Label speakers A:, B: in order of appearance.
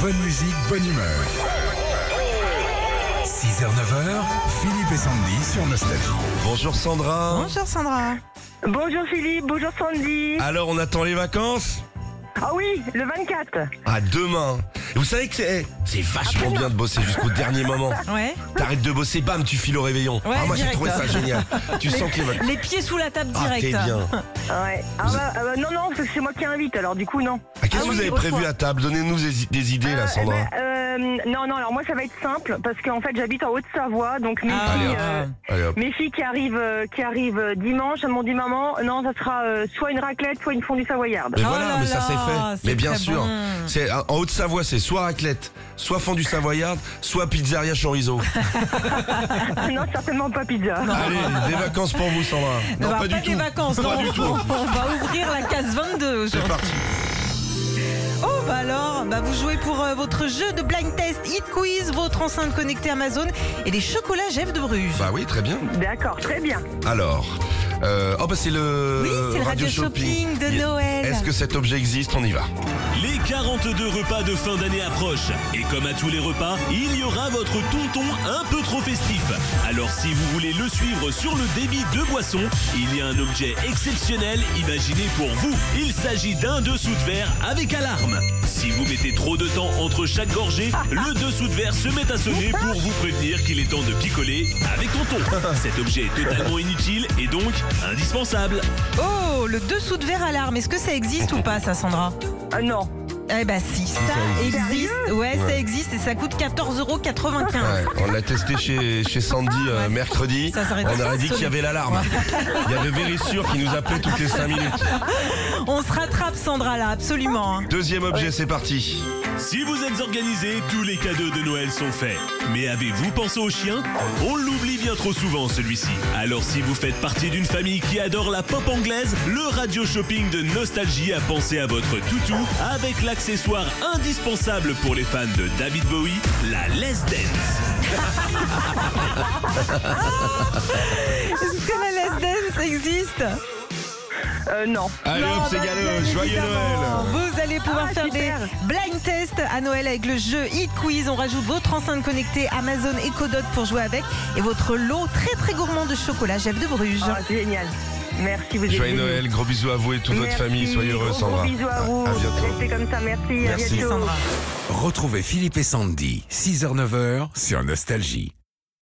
A: Bonne musique, bonne humeur. 6h, 9h, Philippe et Sandy sur Nostalgie.
B: Bonjour Sandra.
C: Bonjour Sandra.
D: Bonjour Philippe, bonjour Sandy.
B: Alors on attend les vacances
D: Ah oui, le 24.
B: À demain. Et Vous savez que c'est eh, c'est vachement bien de bosser jusqu'au dernier moment.
C: Ouais.
B: T'arrêtes de bosser, bam, tu files au réveillon.
C: Ouais,
B: ah, moi j'ai
C: direct.
B: trouvé ça génial. Tu sens que les vacances.
C: Les pieds sous la table
B: Ah, t'es
C: directe.
B: bien.
D: Ouais. Ah bah, ah bah, non, non, parce que c'est moi qui invite, alors du coup, non.
B: Ah, Qu'est-ce
C: Ah
B: que
C: oui,
B: vous avez
C: au Ah,
B: prévu
C: choix.
B: à table Donnez-nous des, i- des idées là,
D: Euh,
B: Sandra.
D: eh ben, euh, non, non, alors moi ça va être simple, parce qu'en fait j'habite en Haute-Savoie, donc mes,
C: Ah,
D: filles,
C: ah.
D: euh,
B: Allez hop.
D: mes filles qui arrivent, euh, qui arrivent euh, dimanche, elles m'ont dit maman, non, ça sera euh, soit une raclette, soit une fondue savoyarde.
B: Mais
C: Oh
B: voilà,
C: là
B: mais ça
C: là,
B: c'est fait.
C: c'est
B: Mais bien
C: très
B: sûr.
C: bon.
B: C'est En Haute-Savoie, c'est soit raclette, soit fondue savoyarde, soit pizzeria chorizo.
D: Ah non, certainement pas pizza.
B: Allez, des vacances pour vous, Sandra.
C: On va
B: du
C: des
B: tout.
C: vacances,
B: Pas
C: non.
B: du tout.
C: On va ouvrir la case 22
B: C'est
C: aujourd'hui.
B: parti.
C: Oh bah alors, bah vous jouez pour euh, votre jeu de blind test, hit quiz, votre enceinte connectée Amazon et les chocolats Jeff de Bruges.
B: Bah oui, très bien.
D: D'accord, très bien.
B: Alors, euh, oh bah c'est le,
C: oui, c'est le radio shopping de
B: Yeah.
C: Noël.
B: Est-ce que cet objet existe On y va.
E: Les 42 repas de fin d'année approchent. Et comme à tous les repas, il y aura votre tonton un peu trop festif. Alors si vous voulez le suivre sur le débit de boisson, il y a un objet exceptionnel imaginé pour vous. Il s'agit d'un dessous de verre avec alarme. Si vous mettez trop de temps entre chaque gorgée, le dessous de verre se met à sonner pour vous prévenir qu'il est temps de picoler avec tonton. Cet objet est totalement inutile et donc indispensable.
B: Bah.
C: Oh, le dessous de verre alarme, est-ce que ça existe ou pas ça Sandra
D: Ah non.
C: Eh bah si, ça existe. Ouais, ça existe et ça coûte 14,95 euros.
B: Ouais, on l'a testé chez, chez Sandy euh, mercredi.
C: Ah. Ça s'arrête
B: on
C: pas,
B: aurait dit qu'il y
C: solide.
B: avait l'alarme. Il y avait Vérissure qui nous appelait toutes les 5 minutes.
C: On se rattrape Sandra là, absolument. hein.
B: Deuxième objet, c'est parti.
E: Si vous êtes organisé, tous les cadeaux de Noël sont faits. Mais avez-vous pensé au chien On l'oublie bien trop souvent celui-ci. Alors si vous faites partie d'une famille qui adore la pop anglaise, le radio shopping de Nostalgie a pensé à votre toutou avec l'accessoire indispensable pour les fans de David Bowie, la Les Dance.
C: Est-ce que la Last Dance existe
D: Euh, non.
B: Allez
C: Non,
B: hop, c'est
C: bah,
B: galeux.
C: bien
B: Joyeux
C: évidemment.
B: Noël.
C: Vous allez pouvoir
D: Ah,
C: faire
D: super.
C: des blind tests à Noël avec le jeu Hit Quiz. On rajoute votre enceinte connectée Amazon Ecodot pour jouer avec et votre lot très très gourmand de chocolat Jeff de Bruges.
D: Ah, génial. Merci, vous êtes
B: Joyeux
D: géniaux.
B: Noël, gros bisous à vous et toute votre
D: Merci,
B: famille. Soyez heureux,
D: gros, gros
B: Sandra.
D: Bisous à
B: À-
D: vous.
B: à bientôt.
D: Restez comme ça, merci.
B: Merci,
D: à bientôt.
C: Sandra.
A: Retrouvez Philippe et Sandy, 6h, 9h sur Nostalgie.